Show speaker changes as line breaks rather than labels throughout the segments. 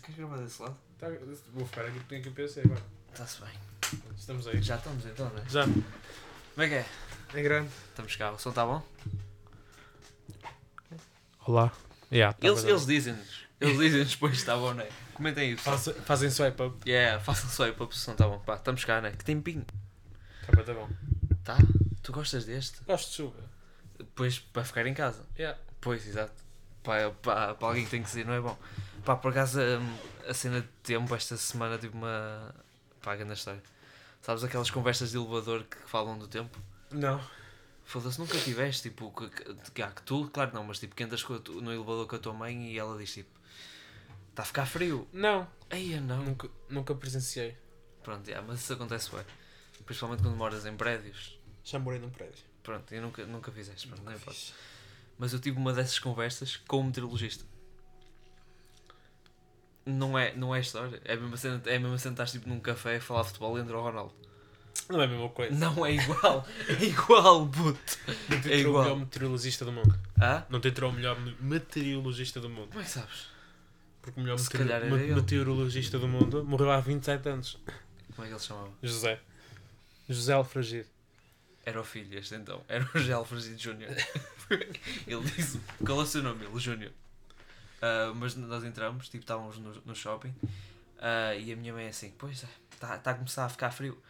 Queres gravar desse lado?
Tá, vou ficar aqui, tenho aqui o PC agora.
Está-se bem.
Estamos aí.
Já estamos então, não é?
Já.
Como é que é?
Em grande.
Estamos cá, o som está bom?
Olá. Yeah, tá
Eles,
bem.
eles dizem-nos. Eles dizem-nos depois se está bom, não é? Comentem isso.
Faça- fazem swipe up.
Yeah, façam só aí para o som está bom. Pá, estamos cá, não é? Que tempinho.
Tá bem, tá bom.
Tá? Tu gostas deste?
Gosto de chuva.
Pois, para ficar em casa.
Yeah.
Pois, exato. Para, para, para alguém que tem que sair, não é bom. Pá, por acaso, hum, a cena de tempo esta semana tive uma. Pá, grande história. Sabes aquelas conversas de elevador que falam do tempo?
Não.
Foda-se, nunca tiveste, tipo, que, que, que- ah, que tu, claro não, mas tipo, que entras com a tu- no elevador com a tua mãe e ela diz tipo, está a ficar frio.
Não.
Aí não.
Nunca, nunca presenciei.
Pronto, já, mas isso acontece bem. Principalmente quando moras em prédios.
Já morei num prédio.
Pronto, eu nunca, nunca fizeste, pronto, não importa.
Fixe.
Mas eu tive uma dessas conversas com um meteorologista. Não é, não é história. É mesmo assim, é mesmo assim estás tipo num café a falar de futebol e entra o Ronaldo.
Não é a mesma coisa.
Não é igual. É igual, puto.
Não te
É
tirou
igual.
o melhor meteorologista do mundo.
Ah?
Não te tirou o melhor me- meteorologista do mundo.
Como é que sabes?
Porque o melhor
Se
meteoro-
calhar era
me-
ele.
meteorologista do mundo morreu há 27 anos.
Como é que ele se chamava?
José. José Alfragir.
Era o filho este então. Era o José Alfredo Júnior. ele disse... Qual é o seu nome? Ele, Júnior. Ah, mas nós entramos, tipo, estávamos no, no shopping. ah, e a minha mãe é assim, pois é, está tá a começar a ficar frio.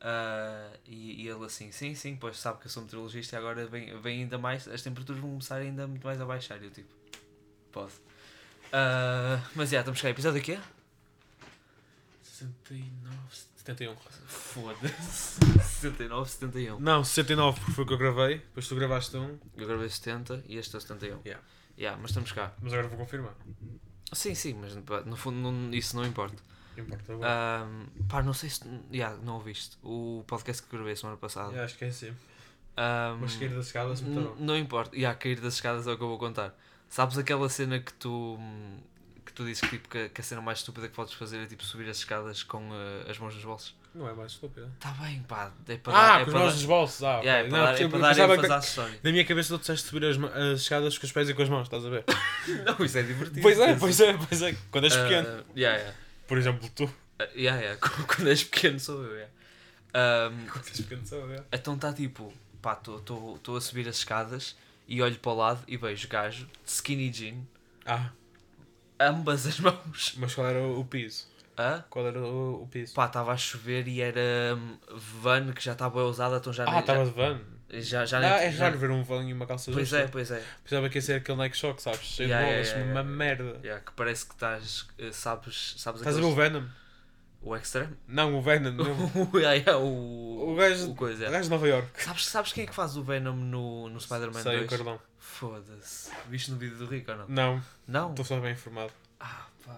Ah, e, e ele assim, sim, sim, pois sabe que eu sou meteorologista e agora vem, vem ainda mais, as temperaturas vão começar ainda muito mais a baixar. E eu tipo, pode. Ah, mas já, estamos cá. Episódio aqui?
69, 71.
Foda-se. 69, 71.
Não, 69 porque foi o que eu gravei. Depois tu gravaste um.
Eu gravei 70 e este é o 71.
Yeah.
Yeah, mas estamos cá.
Mas agora vou confirmar.
Sim, sim, mas pá, no fundo não- isso não importa.
Não importa.
Ah.
agora.
Ahm, pá, não sei se. Yeah, não ouviste o podcast que gravei a semana passada.
Já esqueci.
Ahm,
Uma assim. esquerda das escadas é
n-
meteram.
Não importa. Yeah, cair das escadas é o que eu vou contar. Sabes aquela cena que tu. hum, que tu dizes que, tipo, que, a- que a cena mais estúpida que podes fazer é tipo subir as escadas com eh, as mãos nos bolsos?
Não é mais estúpida.
Tá bem, pá. É para
Ah,
dar. É
com
para
os nós
dar,
nos bolsos. Ah,
yeah, é
ok.
para
Não,
dar, é
eu
para dar
pensava
ênfase
que-
à história.
Na minha cabeça tu disseste subir as, ma- as escadas com os pés e com as mãos, estás a ver?
Não, isso é divertido.
pois é,
isso.
pois é, pois é. Quando és
Ah,
pequeno.
yeah, yeah.
Por exemplo, tu.
Ah, yeah, yeah. Quando és pequeno sou eu, yeah. Ahm,
Quando és pequeno, estás a ver?
Então está tipo, pá, estou a subir as escadas e olho para o lado e vejo gajo de skinny jean,
Ah,
ambas as mãos.
mas qual era o o piso?
Hã?
Qual era o, o piso?
Pá, estava a chover e era hum, van que já estava usada, então já
ah, estava de van.
já, já, já,
Ah,
nem-
é raro ver um van e uma calça
Pois
justa.
é, pois é.
Pensava que ia ser aquele Nike Shock, sabes? Cheio
Yeah,
de
yeah,
bolas,
yeah,
uma
yeah.
merda.
Yeah, que parece que estás, eh, sabes, sabes
Estás a ver o Venom?
O extreme?
Não, o Venom. não.
yeah, yeah, o,
O gajo-
o coisa.
O
é.
gajo de Nova York.
Sabes, sabes quem é que faz o Venom no, no Spider-Man
Sei, o
2?
Carlão.
Foda-se. Viste no vídeo do Rico ou não?
Não,
Não?
estou só bem informado.
Ah, pá.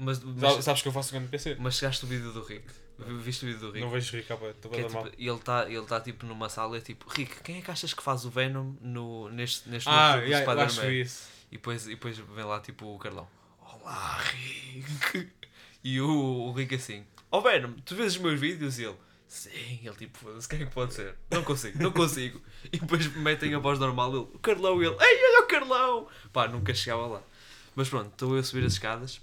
Mas,
Sa-
mas,
Sabes que eu faço segundo PC?
Mas chegaste o vídeo do Rick. Vi- Viste o vídeo do Rick?
Não vejo Rick, rapaz, estou
Que
bem
é,
da mal.
tipo, ele está ele tá, tipo numa sala e é tipo, Rick, quem é que achas que faz o Venom no, neste, neste
Ah,
novo filme do
yeah, eu acho que
Spider-Man?
vi isso.
E depois, e depois vem lá tipo o Carlão. Olá, Rick. E o, o Rick assim, ó Venom, tu vês os meus vídeos? E ele, sim. Ele tipo, foda-se, quem é que pode ser? Não consigo, não consigo. E depois metem a voz normal ele, o Carlão e ele, ei, olha o Carlão. Pá, nunca chegava lá. Mas pronto, estou eu a subir as escadas.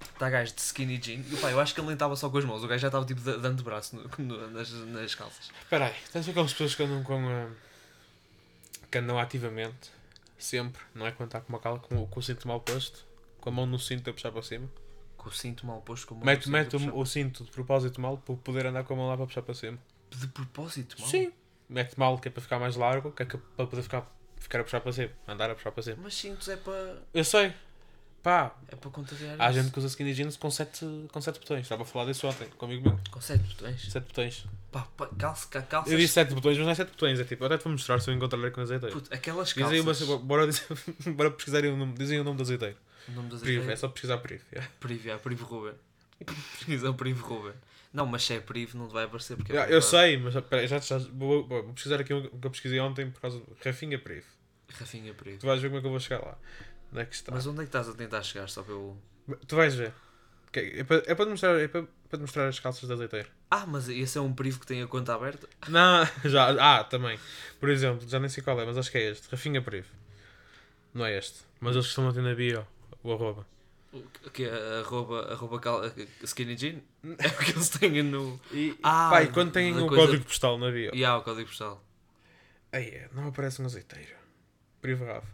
Está gajo de skinny jean. E pá, eu acho que ele nem estava só com as mãos. O gajo já estava tipo de, de antebraço no- no- nas, nas calças.
Espera aí, estás a ver aquelas pessoas que andam com. ah, que andam ativamente, sempre, não é quando está com uma cala, com, o- com o cinto mal posto, com a mão no cinto a puxar para cima.
Com o cinto mal posto. Com o
mete
cinto
mete
puxado.
o, o cinto de propósito mal para poder andar com a mão lá para puxar para cima.
De propósito, mal?
Mete mal que é para ficar mais largo, que é que- para poder ficar, ficar a puxar para cima, andar a puxar para cima.
Mas cintos é para
Eu sei, pá,
é para contrariar
há
isso.
gente que usa skinny jeans com 7 com sete botões, estava a falar disso ontem, comigo meu.
Com sete botões?
7 botões.
Pá, pá, calça, ca- calças.
Eu disse 7 botões, mas não é 7 botões, é tipo, eu até te vou mostrar se eu encontrar com azeiteiro.
Puto, aquelas
Diz
calças.
aí uma, bora, dizer- bora pesquisar aí o nome, dizem o nome do azeiteiro.
O nome das
Privo, é
ideias.
só pesquisar Privo. yeah.
Privo, é Privo Ruben. Pesquisa Privo Ruben. Não, mas se é Privo não te vai aparecer porque é
Yeah,
Privo
eu
Ruben.
sei, mas pera, já, já- vou, vou- vou pesquisar aqui um que eu pesquisei ontem por causa do Rafinha Privo.
Rafinha Privo.
Tu vais ver como é que eu vou chegar lá. Onde é que está?
Mas onde é que estás a tentar chegar só pelo...
Tu vais ver. Que- É para, é para te mostrar, é para, para te mostrar as calças de azeiteiro.
Ah, mas esse é um Privo que tem a conta aberta?
Não, já, ah, também. Por exemplo, já nem sei qual é, mas acho que é este. Rafinha Privo. Não é este. Mas eles estão a ter na bio, o arroba.
O que é arroba, arroba cal, skinny jean? É o que eles têm no.
E,
Ah,
pai, quando têm
da
o
coisa-
código postal na bio.
E há o código postal.
Aí é, não aparece um azeiteiro. Priva Rafa.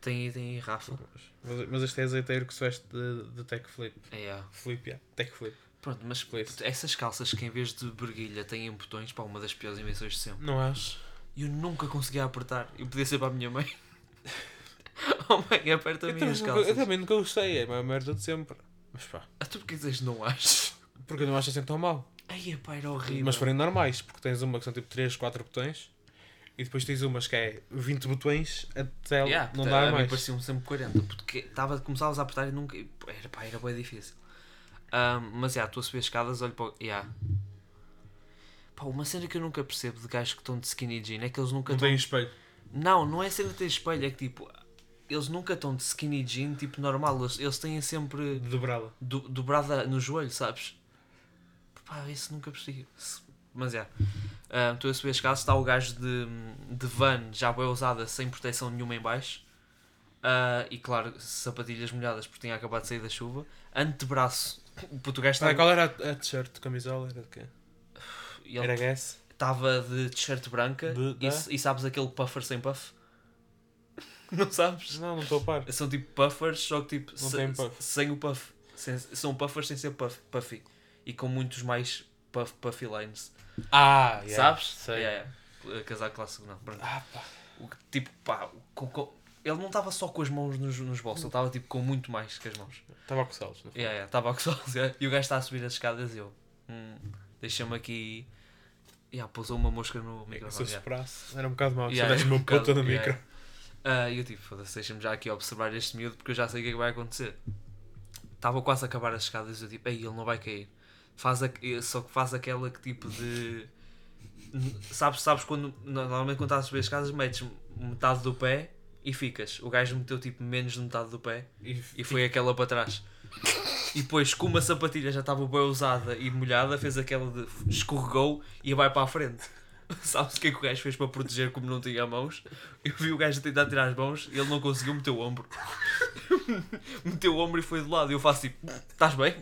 Tem, tem Rafa.
Mas, mas este é azeiteiro que se veste de, de tech flip.
É, há.
Flip, yeah. Tech flip.
Pronto, mas
Please.
essas calças que em vez de berguilha têm botões, pá, uma das piores invenções de sempre.
Não acho.
Eu nunca conseguia apertar. Eu podia ser para a minha mãe. oh mãe, aperta
Eu
me as
também, nunca, eu
calças.
também nunca gostei, é a maior merda de sempre. Mas pá,
Ah, tu porque dizes não acho?
porque eu não acho assim tão mal.
Ai, pá, era horrível.
Mas forem normais, porque tens uma que são tipo 3, 4 botões e depois tens umas que é 20 botões até
Yeah,
não
puta, a
dá
mim um
mais.
pareciam sempre 40, porque tava, começavas a apertar e nunca. e, pô, Era, pá, era bem difícil. Ahm, mas já, estou a subir as escadas, olho para. o- Yeah. Pá, uma cena que eu nunca percebo de gajos que estão de skinny jean é que eles nunca
Não
estão.
tem espelho.
Não, não é cena de ter espelho, é que tipo. Eles nunca estão de skinny jean, tipo normal, eles, eles têm sempre
De dobrá-la.
do- dobrada no joelho, sabes? Pá, isso nunca percebi. Se- Mas é. Ah, Estou a subir as escadas, está o gajo de, de van já bem usada, sem proteção nenhuma em baixo. Ah, e claro, sapatilhas molhadas porque tinha acabado de sair da chuva. Antebraço, o português
Ah,
estava
qual era a, a t-shirt, camisola? Era de quê?
ele
Era Guess?
tava de t-shirt branca
De-
e,
da?
s- e sabes aquele puffer sem puff? Não sabes?
Não, não estou a par.
São tipo puffers, só que tipo
Não
se-
tem puff.
sem o puff. Sem- são puffers sem ser puff, puffy. E com muitos mais puff, puffy lines.
Ah, yeah,
Sabes?
Sei.
Yeah, yeah. Casaco clássico não. Pronto.
Ah, pá.
O que, tipo, pá, com- com- ele não estava só com as mãos nos, nos bolsos, ele estava tipo com muito mais que as mãos.
Estava com salos, não foi?
Yeah, yeah, estava a coçá-los, yeah. E o gajo está a subir as escadas e eu. Hum, Deixa-me aqui. Yeah, pousou uma mosca no
É Se eu
microfone. yeah.
soprasse, era um bocado mau.
Yeah,
se
é
tivesse
um
uma puta
bocado-
no
yeah,
micro.
yeah. Ah, E eu tipo, foda-se, deixa-me já aqui observar este miúdo porque eu já sei o que é que vai acontecer. Estava quase a acabar as escadas e eu tipo, ei, ele não vai cair. Faz a... Só que faz aquela que tipo de. Sabes, sabes quando. no- Normalmente quando estás a subir as escadas, metes metade do pé e ficas. O gajo meteu tipo menos de metade do pé e foi aquela para trás. E depois, como a sapatilha já estava bem usada e molhada, fez aquela de escorregou e vai para a frente. Sabes o que é que o gajo fez para proteger como não tinha mãos? Eu vi o gajo a tentar tirar as mãos e ele não conseguiu, meteu o ombro. meteu o ombro e foi do lado. E eu faço tipo, estás bem?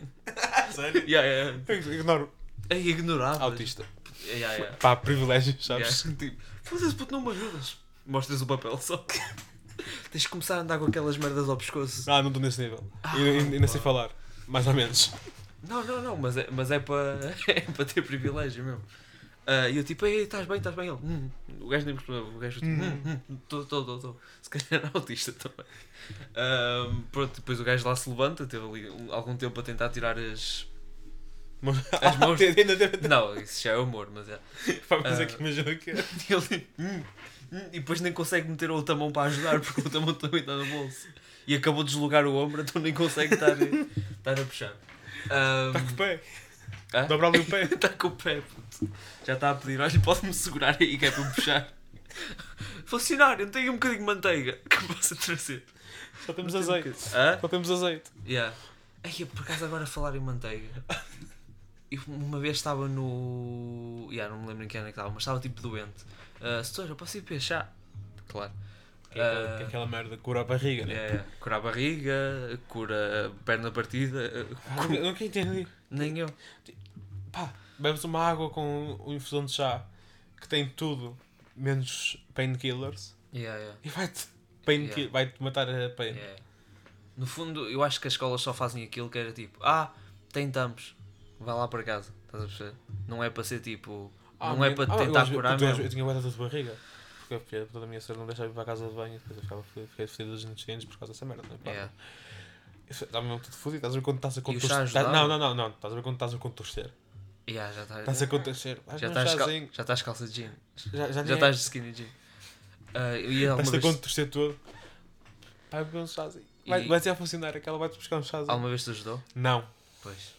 Sério?
Yeah, yeah.
Eu Ignoro.
É ignorado.
Autista.
Yeah, yeah.
Pá, privilégios, sabes?
Yeah. Tipo, foda-se, puto, não me ajudas. Mostras o papel só. Tens de começar a andar com aquelas merdas ao pescoço.
Ah, não estou nesse nível. E ainda- ainda sei falar. Mais ou menos.
Não, não, não, mas é, mas é para é para ter privilégio mesmo. Ah, E eu tipo, ei, estás bem, estás bem? Ele, "Hum." o gajo nem percebeu, o gajo
Hum.
tipo, estou, estou, estou. Se calhar era autista também. Ah, pronto, depois o gajo lá se levanta, teve ali um- algum tempo a tentar tirar as.
Mas
As mãos-
Ainda deve
Não, isso já é humor, mas é.
Pá, mas é
Ah.
que imagina que.
E ele, "Hum, hum", e depois nem consegue meter a outra mão para ajudar, porque a outra mão também está no bolso. E acabou de deslogar o ombro, então nem consegue estar, estar a puxar. Ah,
Está com o pé.
Hã?
Dobra ali o pé.
Está Tá com o pé, puto. Já está a pedir, olha, pode-me segurar aí que é para me puxar. Funcionário, tenho um bocadinho de manteiga que me possa trazer.
Só temos azeite.
Hã?
Só temos azeite.
Yeah. Ai, eu por acaso agora a falar em manteiga. Eu uma vez estava no. Yeah, não me lembro em que ano é que estava, mas estava tipo doente. Uh, Setor, eu posso ir para chá? Claro. Ah,
Que é aquela- que é aquela merda que cura a barriga, né?
Yeah, yeah. Cura a barriga, cura a perna partida. uh,
Ah, eu Nunca entendi.
Nem eu.
Pá, bebes uma água com uma infusão de chá que tem tudo menos painkillers
Yeah, yeah.
e vai-te pain
Yeah.
vai-te matar a pain.
É. No fundo, eu acho que as escolas só fazem aquilo que era tipo, ah, tem tampos, vai lá para casa, estás a perceber? Não é para ser tipo, não é para
Ah, eu
tentar
às ve-
curar
puto, eu às ve-
mesmo.
Eu tinha guarda de barriga. Porque a filha toda a minha senhora não deixava ir para a casa de banho e depois eu ficava, fiquei fedido dos intestinos por causa dessa merda. Né? Pá,
Yeah.
Isso Dá-me mesmo tudo fodido. Estás a ver quando estás a
E o chá
contorcer.
ajudava?
tá- Não, não, não, não. Estás a ver quando estás a contorcer.
Yeah, já tá-
Estás a contorcer. Vais
já
num
estás cal-
chazinho.
já estás calça de jean,
Já, já,
já estás de skinny jean. Ah, eu ia alguma
Estás a
vez,
contorcer tudo. Vai beber um chazinho.
E-
Vai, vai ser a funcionar aquela, vai-te buscar um chazinho.
alguma vez te ajudou?
Não.
Pois.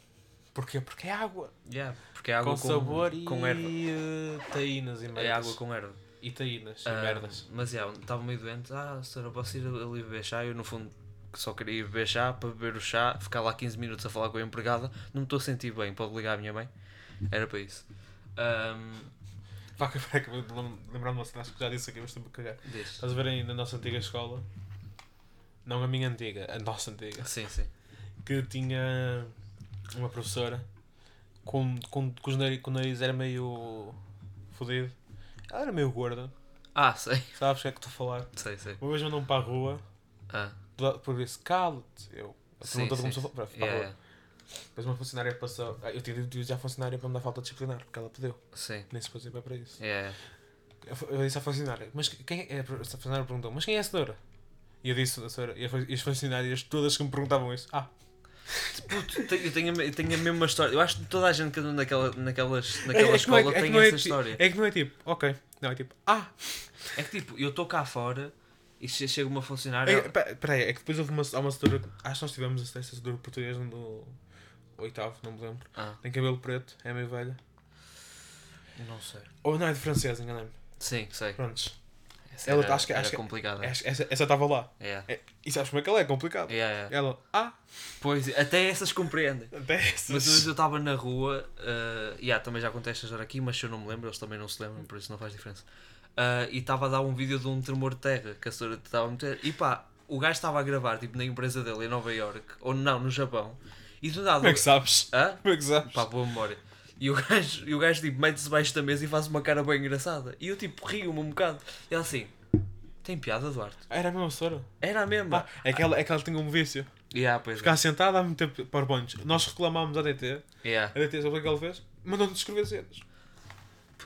Porquê? Porque é água.
Yeah, porque é água
com,
com,
sabor
com erva.
e eh, taínas e merdas.
É água com erva.
E taínas e
Ah,
merdas.
Mas é, estava meio doente. Ah, senhora, posso ir ali beber chá? Eu, no fundo, só queria ir beber chá para beber o chá, ficar lá 15 minutos a falar com a empregada. Não me estou a sentir bem. Pode ligar à minha mãe? Era para isso. Ahm,
Pá, que- peraí, acabei de lem- lembrar-me de uma cena, acho que já disse aqui, mas estou-me a cagar.
deixa.
Estás a ver aí na nossa antiga escola? Não a minha antiga, a nossa antiga.
Sim, sim.
que tinha uma professora com, com, com, os nariz, com o nariz era meio fodido. Ela era meio gorda,
Ah, sei.
sabes o que é que estou a falar?
Sei, sei.
Uma vez mandou-me para a rua,
Ah,
toda- por isso, cala-te. Eu, a
sim,
pergunta
sim,
começou a
sim.
falar, para a
Yeah,
rua. Depois uma funcionária passou, ah, eu tive de utilizar a funcionária para me dar falta disciplinar, porque ela pediu,
yeah. Sim.
nem se pôs tempo é para isso.
Yeah.
Eu, fu- eu disse à funcionária, mas quem é? A funcionária perguntou, mas quem é a senhora? E eu disse, a senhora, e a fu- e as funcionárias todas que me perguntavam isso, ah,
Puto, te- eu tenho, a me- eu tenho a mesma história. Eu acho que toda a gente que anda naquela, naquelas, naquela
É- é que não
escola
é- é que
tem
não é
essa
ti-
história.
É que não é tipo, ok. Não, é tipo, ah!
É que tipo, eu estou cá fora e che- chega uma funcionária.
É, pá, Peraí, é que depois houve uma, há uma setora. Acho que nós tivemos essa essa setora portuguesa no oitavo, não me lembro.
Ah,
Tem cabelo preto, é meio velha.
não sei.
Ou não, é de francesa, enganei-me.
Sim, sei.
Prontos.
Essa
Ela-
era,
acho que-
era
acho que-
complicada.
Acho que Essa essa estava lá.
Yeah.
É, E sabes como é que ela é? Complicado.
Yeah, yeah.
Ela, ah!
Pois, até essas compreendem.
Até
Mas uma vez
essas.
eu estava na rua, e yeah, também já contei esta história aqui, mas se eu não me lembro, eles também não se lembram, por isso não faz diferença. Ah, e estava a dar um vídeo de um tremor de terra que a senhora estava a meter. E pá, o gajo estava a gravar, tipo, na empresa dele em Nova York ou não, no Japão, e do nada.
Como é que sabes?
Hã?
Como é que sabes?
Pá, boa memória. E o gajo, e o gajo tipo, mete-se baixo da mesa e faz uma cara bem engraçada. E eu tipo, rio-me um bocado. E ela assim, tem piada, Duarte?
Era a mesma setora.
Era a mesma.
Pá, É que ela, é que ela tinha um vício.
Yeah, pois é.
Ficar sentada há muito tempo para bons. Nós reclamámos à DT.
Yeah.
A DT, sabe o que ela fez? Mandou-nos escrever cenas.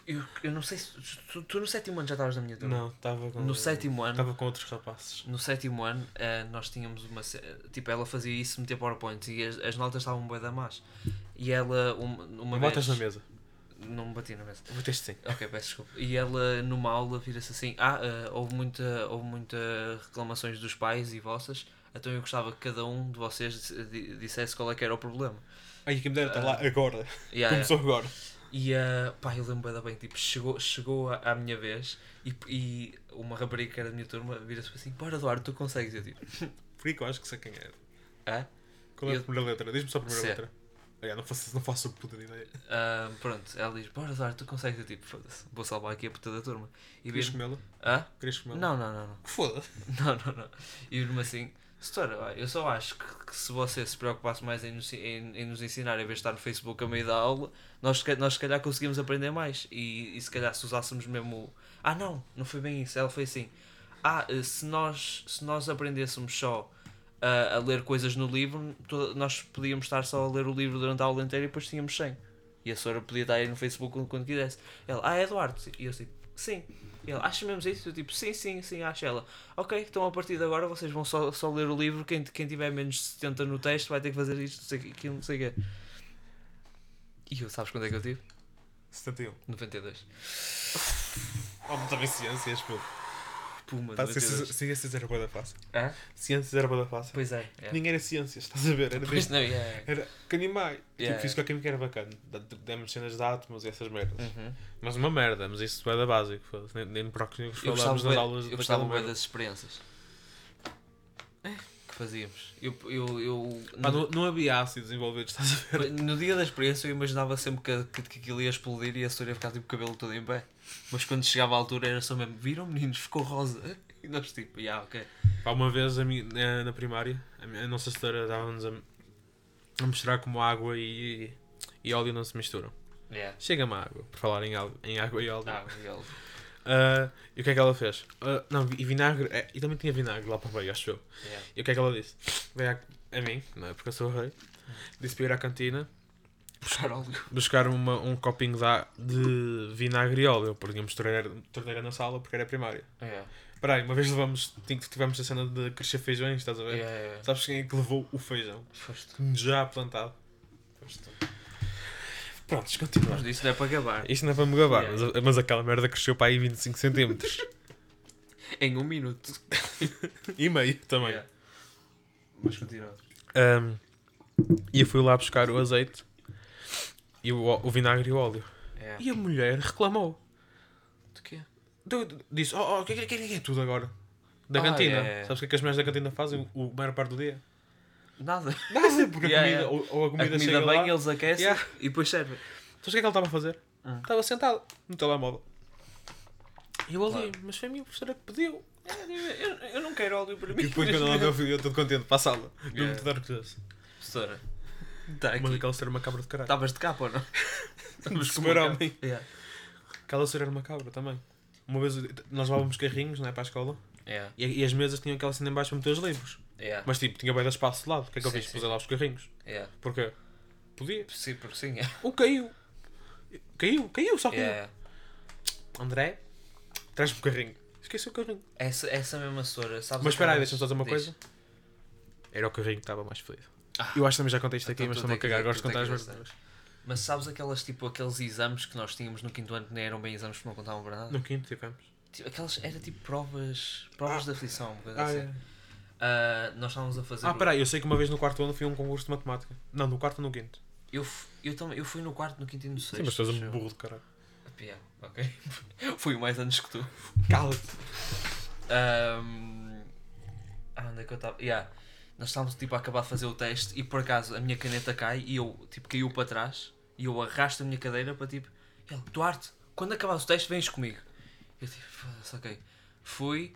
Eu, eu não sei se. Tu, tu no sétimo ano já estavas na minha turma?
Não, estava com.
Então, No sétimo ano.
Estava com outros rapazes.
No sétimo ano, eh, nós tínhamos uma. ce- Tipo, ela fazia isso, meter PowerPoints e as, as notas estavam bem da más. E ela, um- uma
Não
vez.
botas na mesa.
Não me bati na mesa.
Vou ter sim.
Ok, peço desculpa. E ela, numa aula, vira-se assim: Ah, eh, houve muita, houve muita reclamações dos pais e vossas, então eu gostava que cada um de vocês di- di- dissesse qual é que era o problema.
Ai, que me dera estar tá lá agora.
E, ah,
Começou agora.
E uh, pá, eu lembro bem, bem tipo, chegou, chegou à, à minha vez e, e uma rapariga que era da minha turma vira-se para assim: Bora, Eduardo, tu consegues? Eu tipo:
Porquê que eu acho que sei quem é?
Hã?
Qual é a
Eu-
primeira letra? Diz-me só a primeira
Cê.
letra. Olha, não faço, não faço puta de ideia.
Ah, pronto, ela diz: Bora, Eduardo, tu consegues? Eu tipo: Foda-se, vou salvar aqui a puta da turma. E
Querias
vira
comê-la?
Hã?
Querias comê-la?
Não, não, não, não.
Que foda-se.
Não, não, não. E vira-me assim: Setora, olha, eu só acho que, que se você se preocupasse mais em nos, em, em nos ensinar, em vez de estar no Facebook a meio da aula, nós, se ca- nós se calhar conseguimos aprender mais. E, e se calhar se usássemos mesmo. o- Ah, não, não foi bem isso. Ela foi assim: Ah, eh, se nós, se nós aprendêssemos só. ah, a ler coisas no livro, to- nós podíamos estar só a ler o livro durante a aula inteira e depois tínhamos 100. E a senhora podia estar aí no Facebook quando, quando quisesse. Ela, ah, Eduardo. E eu assim, sim. E ela, acha mesmo isso? Eu tipo, sim, sim, sim, acho. Ela, ok, então a partir de agora vocês vão só, só ler o livro. Quem, quem tiver menos de 70 no texto vai ter que fazer isto, não sei o quê, aquilo, não sei o quê. E eu, sabes quando é que eu tive?
71.
92.
Oh, mas um. também ciências, pô.
Puma,
Pá, ciências-
92.
Ciências era boa da fácil.
Hã?
Ciências era boa da fácil.
Pois é. é.
Ninguém era ciências, estás a ver? Era
Pois
disto.
não, é.
Era que animai.
Yeah.
Tipo, física química era bacana. Da- Demos cenas de átomos e essas merdas.
Uhum.
Mas uma merda, mas isso é da básico. foda-se. Nem, nem para o que
Eu gostava,
falámos nas aulas
bem, eu
daquela
gostava bem
merda.
das experiências que fazíamos. Eu, eu, eu
Pá,
no,
não, não havia ácidos envolvidos, estás a ver?
no dia da experiência eu imaginava sempre que, que, que aquilo ia explodir e a senhora ia ficar tipo o cabelo todo em pé. Mas quando chegava à altura era só mesmo, viram meninos, ficou rosa. E nós tipo, já, ok.
Pá, uma vez a mi- na, na primária, a, mi- a nossa setora dava-nos a, a mostrar como água e, e óleo não se misturam.
Yeah.
Chega-me a água, por falar em, al- em água e óleo.
Ah, ele-
Ah, e o que é que ela fez? Ah, não, e vinagre, é, e também tinha vinagre lá para o meio, acho eu.
yeah.
E o que é que ela disse? Veio a, a mim, não é porque eu sou rei, disse para ir à cantina
Puxar óleo.
buscar uma- um copinho de, á- de vinagre e óleo, porque tínhamos torneira, torneira na sala porque era primária.
Yeah.
Espera aí, uma vez levamos, tin- tivemos a cena de crescer feijões, estás a ver?
Yeah, yeah.
Sabes quem é que levou o feijão?
Foste.
Já plantado.
Foste.
Pronto,
Mas
continuamos.
isso não é para acabar.
Isto não é para me gabar,
Yeah.
mas, mas aquela merda cresceu para aí 25 centímetros.
Em um minuto.
e meio também.
Yeah. Mas continua.
Ahm, Um, e eu fui lá buscar o azeite, e o, ó- o vinagre e o óleo.
Yeah.
E a mulher reclamou.
Do quê?
Deu- Disse, oh, oh, que, que, que- que é tudo agora? Da
Ah,
cantina.
yeah, yeah.
Sabes o que é que as mulheres da cantina fazem o, o maior parte do dia?
Nada.
Nada, porque
Yeah,
a comida,
yeah.
Ou, ou a comida,
a comida
chega
bem,
lá.
eles aquecem
Yeah.
e depois servem.
Sabes o que é que ela estava a fazer?
Hum.
Estava sentada no telemóvel. E eu ali, mas foi a minha professora que pediu.
Eu, eu não quero óleo para mim.
E depois quando ela vê o vídeo eu estou contente para a sala. Não me
Yeah.
te dar o que desse.
Professora, tá
Mas
aqui.
aquela cera macabra de caralho.
Estavas de capa ou não? Estavas
Super
uma
homem.
capa. Yeah.
Aquela cera era macabra também. Uma vez eu- nós levávamos carrinhos não é, para a escola
Yeah.
e, e as mesas tinham aquela cena em baixo para meter os livros.
Yeah.
Mas tipo, tinha bem de espaço de lado. O que é que eu
Sim,
fiz?
sim.
Pus lá os carrinhos.
Yeah.
Porquê? Podia.
Sim, porque sim. Yeah.
Um caiu. Caiu, caiu, só caiu.
Yeah.
André, traz-me o carrinho. Esqueci o carrinho.
Essa, essa mesma sora, sabes?
Mas espera aí,
aquela-
deixa-me só dizer uma
Diz.
coisa. Era o carrinho que estava mais fodido.
Ah.
eu acho que também já contei isto aqui,
Então
mas
tu
estou-me a
tem que-
cagar.
tu
Gosto de
tem
contar as
que
merdas.
Mas sabes aquelas, tipo, aqueles exames que nós tínhamos no quinto ano que nem eram bem exames que não contavam para nada?
No quinto tivemos.
Tipo, aquelas, era tipo provas, provas de aflição, uma coisa
Ah,
assim.
é.
Ah, nós estávamos a fazer.
Ah,
o-
peraí, eu sei que uma vez no quarto ano fui a um concurso de matemática. Não, no quarto ou no quinto?
Eu, f- eu, também, eu fui no quarto, no quinto e no sexto.
Sim, mas tu és um
acho eu.
burro de caralho.
Yeah, ok. fui mais antes que tu.
Cala-te.
Ahm, ah, onde é que eu estava? Yeah. Nós estávamos tipo, a acabar de fazer o teste e por acaso a minha caneta cai e eu tipo, caiu para trás e eu arrasto a minha cadeira para tipo, ele, Duarte, quando acabar o teste vens comigo. Eu tipo, foda-se, ok. Fui,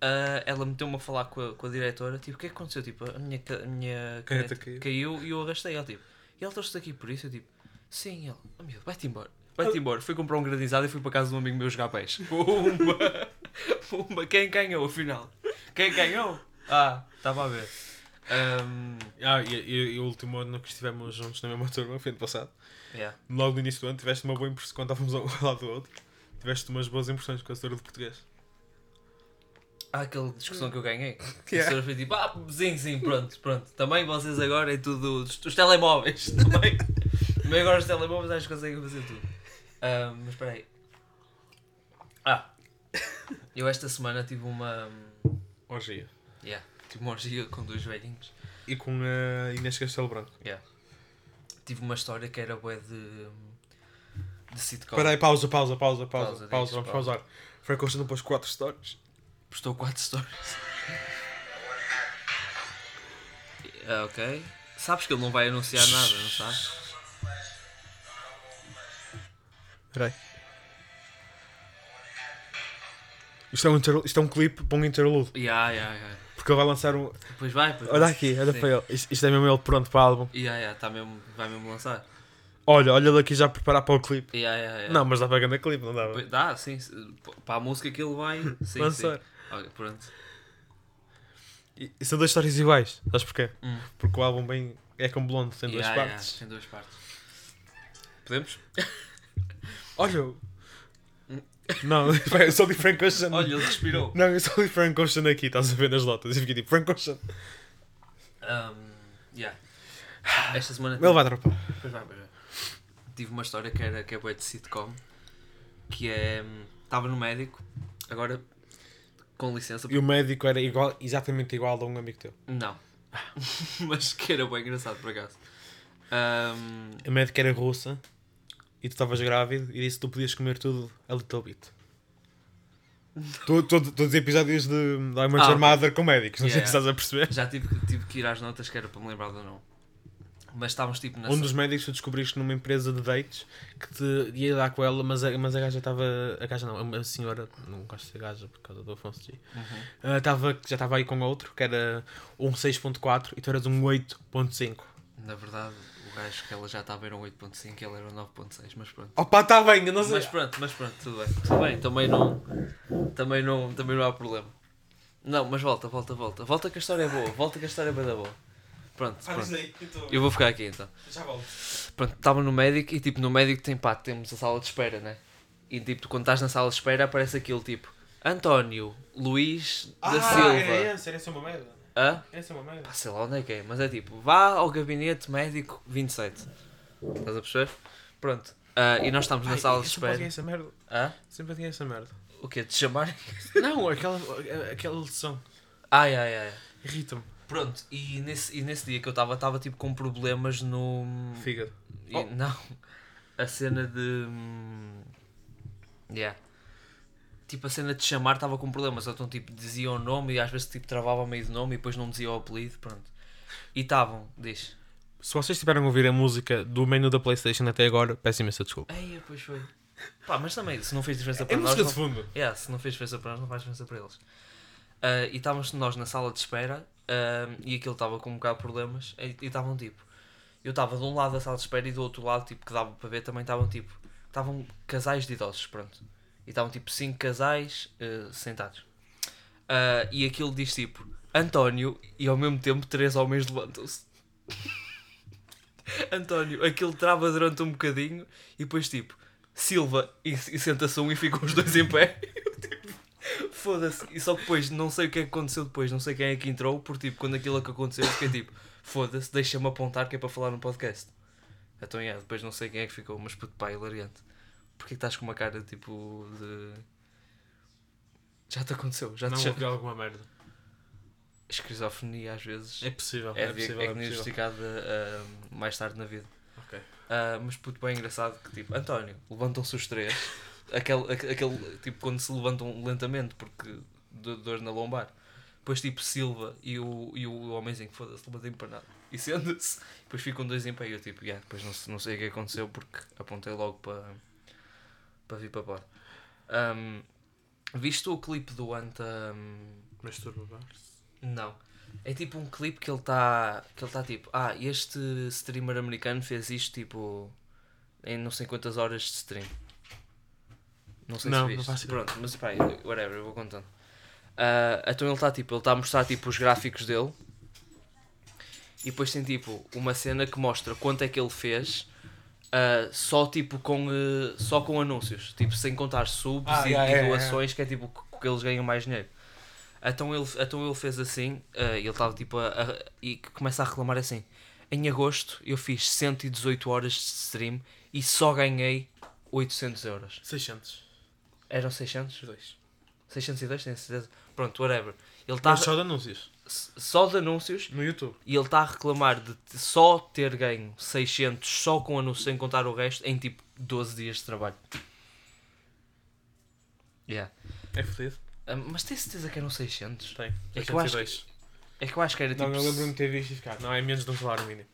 ah, ela meteu-me a falar com a, com a diretora, tipo, o que é que aconteceu? Tipo, a minha, ca- a minha caneta,
Caneta caiu.
caiu. e eu arrastei ela, tipo, e ele trouxe-te aqui por isso? Eu tipo, sim, ele, oh, meu, vai-te embora. Vai-te embora. Fui comprar um granizado e fui para casa de um amigo meu jogar pés. Pumba! Pumba! Quem ganhou, afinal? Quem ganhou? Ah, estava a ver. Ahm,
Ah, e, e- e o último ano que estivemos juntos na mesma turma, foi ano passado.
yeah.
Logo no início do ano tiveste uma boa impressão, quando estávamos ao lado do outro, tiveste umas boas impressões com a senhora de português.
Há aquela discussão que eu ganhei.
Que é?
A senhora foi tipo, ah, sim, sim, pronto, pronto. Também vocês agora é tudo. Os, os telemóveis. Também, também agora os telemóveis acho que conseguem fazer tudo. Ahm, mas espera aí. Ah, eu esta semana tive uma.
Orgia.
Yeah, tive uma orgia com dois velhinhos.
E com a Inês Castelo Branco.
Tive uma história que era bué de. de sitcom.
Espera aí, pausa, pausa, pausa, pausa,
Pausa,
pausa,
diz,
vamos
pausa.
pausar. Foi constando para os quatro stories.
Postou 4 stories. Ah, ok. Sabes que ele não vai anunciar nada, não sabes?
Espera aí. Isto é, um interlu- isto é um clipe para um interlude,
Ya, ya, ya.
porque ele vai lançar um.
Pois vai, pois
Olha aqui, olha para ele. Isto, isto é mesmo ele pronto para o álbum.
Ya, ya, tá mesmo, vai mesmo lançar.
Olha, olha ele aqui já a preparar para o clipe.
Ya, ya, ya.
Não, mas dá para grande clipe, não dá?
É. Pois- Dá, sim. sim. P- Para a música que ele vai. Sim,
Lançar.
sim. Ok, pronto.
E, e são duas histórias iguais, sabes porquê?
Hum.
Porque o álbum bem é com blonde, tem duas
Ya, ya,
partes.
Tem duas partes. Podemos?
Olha! eu- não, eu só li Frank Ocean.
Olha, ele respirou. Um,
Não, eu só li Frank Ocean aqui, estás a ver nas notas. E fiquei tipo, Frank Ocean.
Um, yeah. Esta semana
Ele vai dropar.
Pois vai, pois vai. Tive uma história que, era, que é boa de sitcom, que é. hum, Estava no médico, agora com licença.
E o médico era igual, exatamente igual a um amigo teu.
Não. Mas que era bem engraçado por acaso. Hum,
A médica era russa e tu estavas grávido e disse que tu podias comer tudo a little bit. Tu- tu- Todos os episódios de da Iman
Ah, ok.
Mother com médicos, não
Yeah.
sei se estás a perceber.
já tive, que- tive que ir às notas que era para me lembrar do nome. Mas estávamos tipo na
Um
sa-
dos médicos tu descobriste numa empresa de dates que te ia dar com ela, mas a, mas a gaja estava. A gaja não, a senhora, não gosto de ser gaja por causa do Afonso G.
Uhum.
Ah, estava- já estava aí com outro, que era um 6.4 e tu eras um 8.5.
Na verdade, o gajo que ela já estava era um 8.5 e ele era um 9.6, mas pronto.
Opa, está bem, eu não sei.
Mas pronto, mas pronto, tudo bem. Tudo bem, também não, também não, também não há problema. Não, mas volta, volta, volta. Volta que a história é boa, volta que a história é bem da boa. Pronto,
Ah,
pronto.
é-
Eu vou ficar aqui então.
já volto.
Pronto, estava no médico e tipo, no médico tem pá, temos a sala de espera, né? E tipo, tu, quando estás na sala de espera aparece aquilo tipo António Luís da Silva.
essa, Ah, era essa uma merda.
Hã?
Essa é uma merda.
Pá, sei lá onde é que é, mas é tipo, vá ao gabinete médico 27. Estás a perceber? Pronto. Ah, e nós estamos na sala de espera.
essa merda.
Hã?
Sempre tinha essa merda.
O quê? Te chamarem?
Não, aquela, aquela som.
Ai, ai, ai.
Irrita-me.
Pronto, e nesse, e nesse dia que eu estava, estava tipo com problemas no.
Fígado.
e-
Oh.
Não. A cena de. hum, Yeah. Tipo, a cena de chamar estava com problemas. Então, tipo, dizia o nome e às vezes tipo, travava meio de nome e depois não dizia o apelido. Pronto. E estavam, diz.
Se vocês tiveram a ouvir a música do menu da Playstation até agora, peço imensa desculpa.
Ei, pois foi. Pá, mas também, se não fez diferença
É
para nós.
música
não-
de fundo.
Yeah, se não fez diferença para nós, não faz diferença para eles. Ah, e estávamos nós na sala de espera ah, e aquilo estava com um bocado de problemas e e estavam tipo. Eu estava de um lado da sala de espera e do outro lado, tipo, que dava para ver, também estavam tipo. Estavam casais de idosos, pronto. E estavam tipo cinco casais ah, sentados. Ah, e aquilo diz tipo António e ao mesmo tempo três homens levantam-se. António, aquilo trava durante um bocadinho e depois tipo Silva e, e senta-se um e ficam os dois em pé. Eu, tipo, Foda-se. E só que depois não sei o que é que aconteceu depois, não sei quem é que entrou, porque tipo, quando aquilo é que aconteceu, eu fiquei tipo, foda-se, deixa-me apontar que é para falar no podcast. Então é, depois não sei quem é que ficou, mas puto pá, hilariante. Porquê que estás com uma cara tipo de. Já te aconteceu, já
Não
te já-
ouvi alguma merda.
esquizofrenia às vezes
É possível,
é,
é, possível, é, possível.
diagnosticada ah, mais tarde na vida.
Ok.
Ah, mas puto bem engraçado que tipo, António, levantam-se os três, aquele, aque- aquele tipo quando se levantam lentamente porque do- dor na lombar. Depois tipo Silva e o, e o homenzinho, foda-se, levantei-me para nada. E senta-se, depois ficam dois em pé e eu tipo, yeah, depois não, se- não sei o que aconteceu porque apontei logo para, para vir para fora. Ahm, viste o clipe do Anta. ahm,
Masturbar-se.
não. É tipo um clipe que ele está. que ele está tipo. Ah, este streamer americano fez isto tipo. em não sei quantas horas de stream. Não sei
Não,
se
não
viste.
faço ideia.
Pronto, mas pá, whatever, eu vou contando. Ah, então ele está tipo. ele está a mostrar tipo os gráficos dele. E depois tem tipo uma cena que mostra quanto é que ele fez. ah, só tipo com eh, só com anúncios, tipo sem contar subs
Ah,
e,
yeah,
e
yeah, yeah.
doações, que é tipo que- que eles ganham mais dinheiro. Então ele, então ele fez assim, eh, ele estava tipo a, a- e começa a reclamar assim: em agosto eu fiz 118 horas de stream e só ganhei 800 euros.
600.
Eram 600?
Dois.
602, tenho certeza. Pronto, whatever. Ele está
Mas só de anúncios.
só de anúncios
No YouTube.
e ele está a reclamar de t- só ter ganho 600 só com anúncios, sem contar o resto, em tipo 12 dias de trabalho. Yeah.
É fodido.
Ah, Mas tem certeza que eram 600?
Tem.
É que eu acho
602.
É que eu acho que era tipo.
Não, eu lembro-me de ter visto e ficar. Não, é menos de um salário mínimo.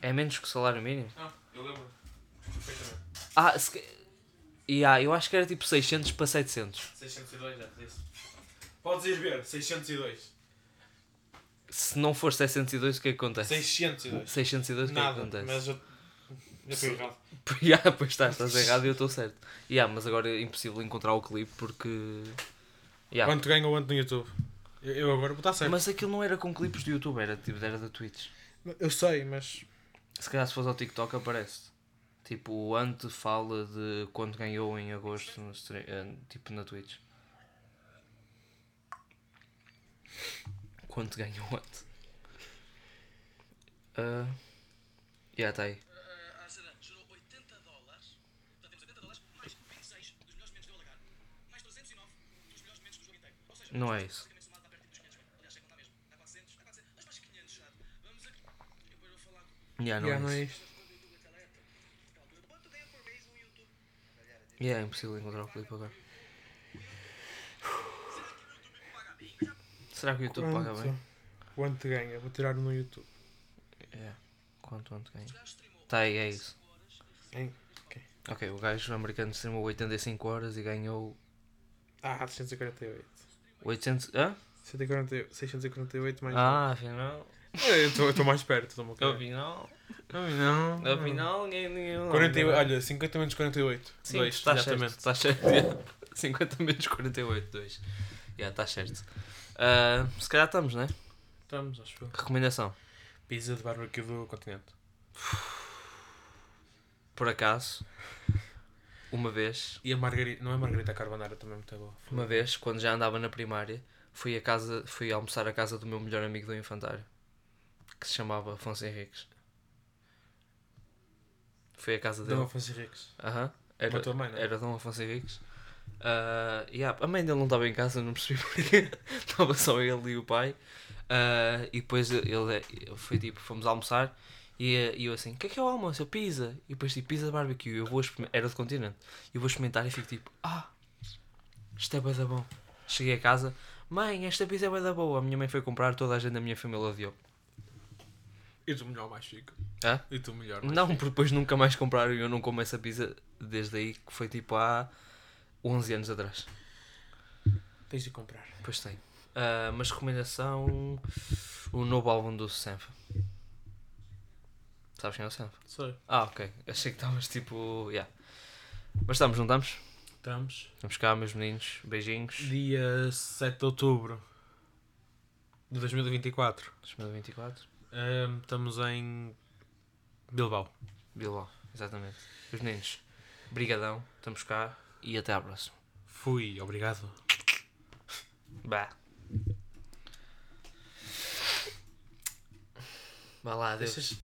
É menos que o salário mínimo?
Não, eu lembro.
Ah, se... ca- yeah, eu acho que era tipo 600 para 700.
602, já disse. Podes ir ver, 602.
Se não for 702, o que é que acontece?
602.
602, o que é que acontece?
eu. Eu
Se-
errado.
Yeah, pois estás, estás errado e eu estou certo. Yeah, mas agora é impossível encontrar o clipe porque. Yeah.
Quanto ganha o Ant no YouTube? Eu, eu agora vou estar
É.
certo.
Mas aquilo não era com clipes do YouTube, era, tipo, era da Twitch.
Eu sei, mas.
Se calhar se fosse ao TikTok aparece. Tipo, o Ante fala de quando ganhou em agosto, no stre- eh, tipo na Twitch. Quanto ganhou o Ante? Ah, Já está aí.
Ah, a Arsenal gerou 80 dólares, portanto temos 80 dólares, mais 26 dos melhores momentos do Alagar, mais 309 dos melhores momentos do jogo inteiro. Ou seja,
Não é isso.
basicamente somado dá perto dos 500, aliás, sei contar mesmo, dá 400, dá 400, mas mais 500, já. Vamos aqui, eu vou falar com
Já não é isso.
o YouTube naquela época, naquela altura, quanto ganha por mês um YouTube?
Yeah, é impossível encontrar o clipe agora. Será que o YouTube paga bem?
Quanto ganha? Vou tirar no YouTube.
Yeah. Quanto Ante ganha? Está aí, é isso.
Hein?
Ok, o gajo americano streamou 85 horas e ganhou
Ah, 648.
800. Hã?
148, 648 mais.
Ah, afinal.
Eu estou mais perto, estou-me a cagar.
Afinal.
Não,
Afinal, ninguém. ninguém-
48, olha, 50 menos 48.
Sim,
Dois,
está certo. Está certo. yeah. 50 menos 48, 2. Já, está tá certo. Ah, se calhar estamos, né?
Estamos, acho eu.
Recomendação.
Pizza de barbecue do continente.
Por acaso, uma vez,
E a Margarita, não é Margarita Carbonara também muito boa.
uma vez, quando já andava na primária, fui, a casa, fui almoçar à casa do meu melhor amigo do infantário, que se chamava Afonso Henriques. Fui à casa
Dom
dele.
Afonso Henriques.
Aham.
Era
Era,
a tua mãe, não é?
Era Dom Afonso Henriques. Ah, yeah, a mãe dele não estava em casa, não percebi porquê. Estava só ele e o pai. Ah, e depois ele foi tipo, fomos almoçar. E, e eu assim, o que é que é o almoço? Eu pizza. E depois tipo, pizza barbecue. Eu vou experimentar. Era do continente. Eu vou experimentar e fico tipo, ah, isto é bué da bom. Cheguei a casa, mãe, esta pizza é bué da boa. A minha mãe foi comprar, toda a gente da minha família odiou.
E tu melhor mais chico.
Hã?
E tu melhor é? mais
Não, porque depois nunca mais compraram e eu não como essa pizza desde aí, que foi tipo há 11 anos atrás.
Uhum. chico. Tens de comprar.
Pois tem. Ah, mas recomendação: o novo álbum do Senfa. Sabes quem é o Senfa?
Sei.
Ah, ok. Achei que estavas tipo. Yeah. Mas estamos, não estamos?
Estamos.
Estamos cá, meus meninos. Beijinhos.
Dia 7 de outubro de 2024.
2024.
Ahm, estamos em Bilbao.
Bilbao, exatamente. Meus meninos, brigadão. Estamos cá e até à próxima.
Fui, obrigado.
Bah. Vá lá, adeus.